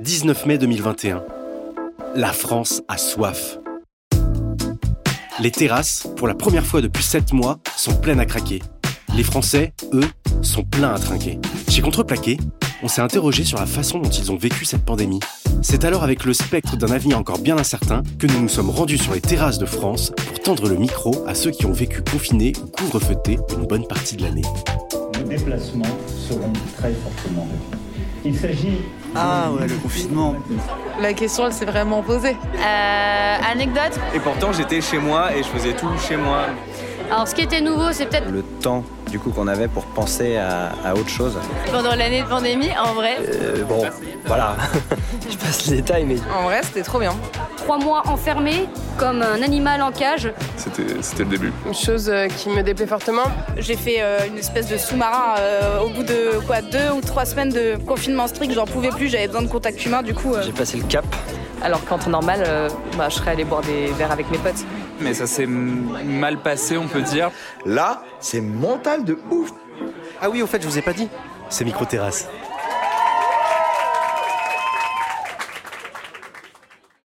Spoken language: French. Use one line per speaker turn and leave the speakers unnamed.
19 mai 2021. La France a soif. Les terrasses, pour la première fois depuis 7 mois, sont pleines à craquer. Les Français, eux, sont pleins à trinquer. Chez Contreplaqué, on s'est interrogé sur la façon dont ils ont vécu cette pandémie. C'est alors avec le spectre d'un avenir encore bien incertain que nous nous sommes rendus sur les terrasses de France pour tendre le micro à ceux qui ont vécu confinés ou couvre-feutés une bonne partie de l'année.
Nos déplacements seront très fortement réduits. Il s'agit
Ah ouais, le confinement.
La question, elle s'est vraiment posée.
Euh, anecdote
Et pourtant, j'étais chez moi et je faisais tout chez moi.
Alors, ce qui était nouveau, c'est peut-être
le temps du coup qu'on avait pour penser à, à autre chose.
pendant l'année de pandémie, en vrai,
Euh, bon, voilà, je passe les détails, mais
En vrai, c'était trop bien.
trois mois enfermé comme un animal en cage.
C'était le début.
Une chose euh, qui me déplaît fortement.
J'ai fait euh, une espèce de sous-marin euh, au bout de quoi deux ou trois semaines de confinement strict, j'en pouvais plus, j'avais besoin de contact humain, du coup. euh,
j'ai passé le cap.
Alors qu'en temps normal, euh, bah, je serais allée boire des verres avec mes potes.
Mais ça s'est m- mal passé, on peut dire.
Là, c'est mental de ouf.
Ah oui, au fait, je vous ai pas dit.
Ces micro-terrasses,